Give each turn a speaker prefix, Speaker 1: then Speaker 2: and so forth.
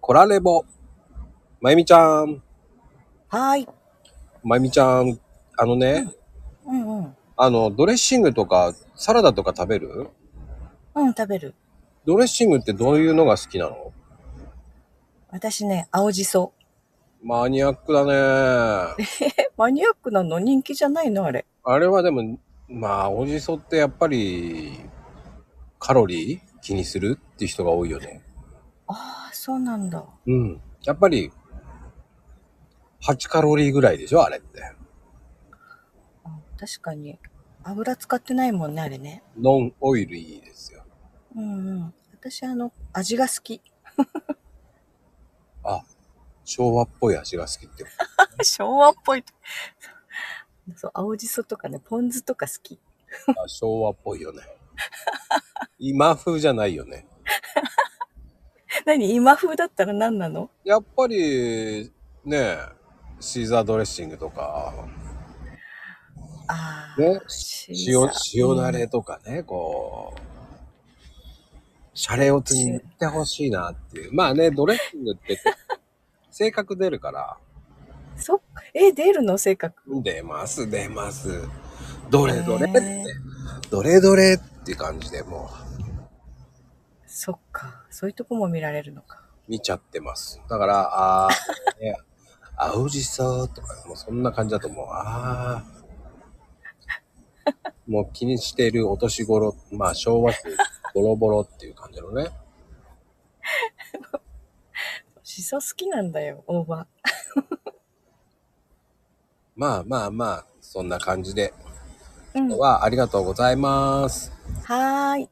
Speaker 1: コラレボ。まゆみちゃん、
Speaker 2: はーい。
Speaker 1: まゆみちゃん、あのね、
Speaker 2: うんうん。
Speaker 1: あの、ドレッシングとか、サラダとか食べる
Speaker 2: うん、食べる。
Speaker 1: ドレッシングってどういうのが好きなの
Speaker 2: 私ね、青じそ。
Speaker 1: マニアックだね。
Speaker 2: え、マニアックなの人気じゃないのあれ。
Speaker 1: あれはでも、まあ、おじそってやっぱり、カロリー気にするって人が多いよね。
Speaker 2: ああ、そうなんだ。
Speaker 1: うん。やっぱり、8カロリーぐらいでしょあれって。
Speaker 2: うん確かに。油使ってないもんね、あれね。
Speaker 1: ノンオイルいいですよ。
Speaker 2: うんうん。私、あの、味が好き。
Speaker 1: あ、昭和っぽい味が好きって。
Speaker 2: 昭和っぽい。 そう、青じそとかね、ポン酢とか好き。
Speaker 1: あ昭和っぽいよね。 今風じゃないよね。
Speaker 2: 何今風だったら何なの
Speaker 1: やっぱり、ね、シーザードレッシングとか、
Speaker 2: ああ。
Speaker 1: ね、
Speaker 2: シー
Speaker 1: 塩
Speaker 2: ザー、
Speaker 1: 塩だれとかね、こう、シャレオツに言ってほしいなっていう。まあね、ドレッシングって、 性格出るから、
Speaker 2: うんそっか。え、出るの性格。
Speaker 1: 出ます、出ます。どれどれって、
Speaker 2: へえ
Speaker 1: どれどれって感じでも
Speaker 2: そっか。そういうとこも見られるのか。
Speaker 1: う見ちゃってます。だから、あー、 ね、青じそとか、もうそんな感じだと思う。あー。もう気にしているお年頃、まあ昭和ってボロボロっていう感じのね。
Speaker 2: しそ好きなんだよ、大葉。
Speaker 1: まあまあまあ、そんな感じで。
Speaker 2: うん。
Speaker 1: 今日
Speaker 2: は
Speaker 1: はありがとうございます。
Speaker 2: ーい。